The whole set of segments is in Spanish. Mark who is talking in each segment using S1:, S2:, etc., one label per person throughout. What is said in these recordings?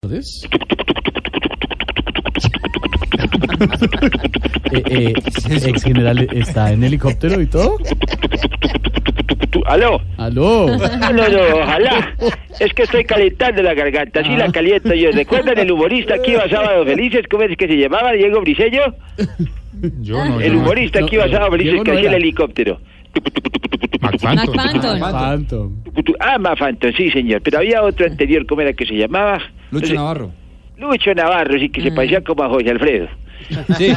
S1: tardes. Eh, eh, ex general está en helicóptero y todo.
S2: Tú, ¿Aló?
S1: Aló.
S2: No, no, no, ojalá. Es que estoy calentando la garganta, sí la caliento yo. ¿Recuerdan el humorista que iba a Sábado Felices? ¿Cómo es que se llamaba? ¿Diego Briseño?
S3: Yo no.
S2: El
S3: yo no.
S2: humorista
S1: No,
S2: que iba a
S1: eh,
S2: Sábado Felices
S1: Diego
S2: que
S1: no
S2: hacía el
S1: era.
S2: helicóptero.
S3: Mac Phantom.
S4: Phantom.
S1: Phantom.
S2: Ah, Mafanto, sí, señor. Pero había otro anterior, ¿cómo era que se llamaba? No
S5: Lucho
S2: sé,
S5: Navarro.
S2: Lucho Navarro, sí, que se parecía como a José Alfredo.
S5: Sí.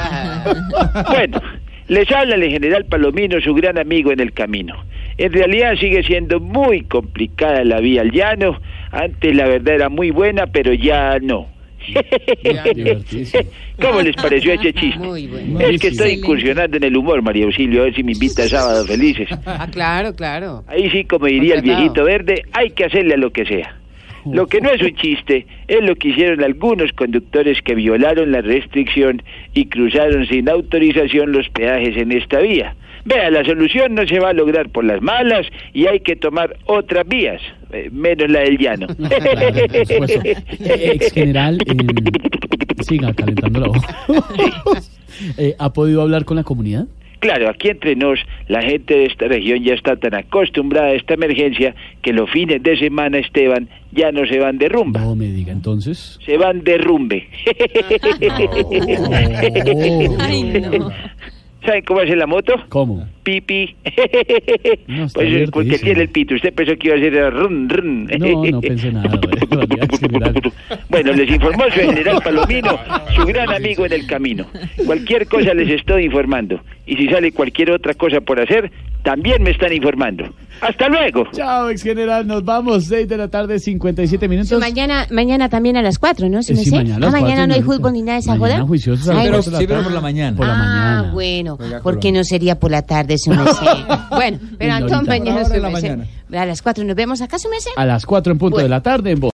S2: Bueno, les habla el general Palomino, su gran amigo en el camino. En realidad sigue siendo muy complicada la vía al llano. Antes la verdad era muy buena, pero ya no.
S1: divertísimo.
S2: ¿Cómo les pareció ese chiste?
S4: Muy bueno.
S2: Es que
S1: Buenísimo.
S2: estoy incursionando en el humor, María Auxilio, a ver si me invita a sábados felices.
S4: Ah, claro, claro.
S2: Ahí sí, como diría el
S4: Contratado.
S2: viejito verde, hay que hacerle a lo que sea. Lo que no es un chiste es lo que hicieron algunos conductores que violaron la restricción y cruzaron sin autorización los peajes en esta vía. Vea, la solución no se va a lograr por las malas y hay que tomar otras vías, eh, menos la del llano.
S1: Claro, por supuesto. Eh, Ex general, eh, siga calentando la voz. Eh, ¿Ha podido hablar con la comunidad?
S2: Claro, aquí entre nos, la gente de esta región ya está tan acostumbrada a esta emergencia que los fines de semana, Esteban, ya no se van de rumba,
S1: No me diga entonces.
S2: se van de rumbe.
S1: Oh.
S4: Ay, no.
S2: ¿Saben cómo hace la moto?
S1: ¿Cómo?
S2: Pipi.
S1: No, está
S2: pues es porque
S1: divertidísimo.
S2: tiene el pito. Usted pensó que iba a ser run, run.
S1: No, no pensé nada, en realidad, en general.
S2: Bueno, les informó su general Palomino, su gran amigo en el camino. Cualquier cosa les estoy informando. Y si sale cualquier otra cosa por hacer, también me están informando. ¡Hasta luego!
S1: Chao, ex general. Nos vamos. 6 de la tarde, 57 minutos.
S6: mañana, mañana también a las 4, ¿no? Si
S1: Eh,
S6: me
S1: sí,
S6: sé.
S1: mañana a
S6: Ah,
S1: las
S6: mañana
S1: cuatro,
S6: no hay
S1: ¿no?
S6: fútbol ni nada de esa
S1: Mañana
S6: joda.
S1: juiciosos a las
S6: Ay,
S1: cuatro
S5: Pero,
S1: de la
S5: sí, pero por
S1: tarde.
S5: la mañana.
S1: Por la
S6: Ah,
S1: mañana.
S6: bueno,
S5: Juega
S6: porque
S5: Colombia.
S6: no sería por la tarde, su merced. bueno, pero
S1: Señorita.
S6: entonces mañana
S5: Ahora en
S6: su
S5: la
S6: merced.
S5: mañana.
S6: A las 4 nos vemos acá, su merced.
S1: A las 4 en punto
S6: Bueno.
S1: de la tarde en Voz.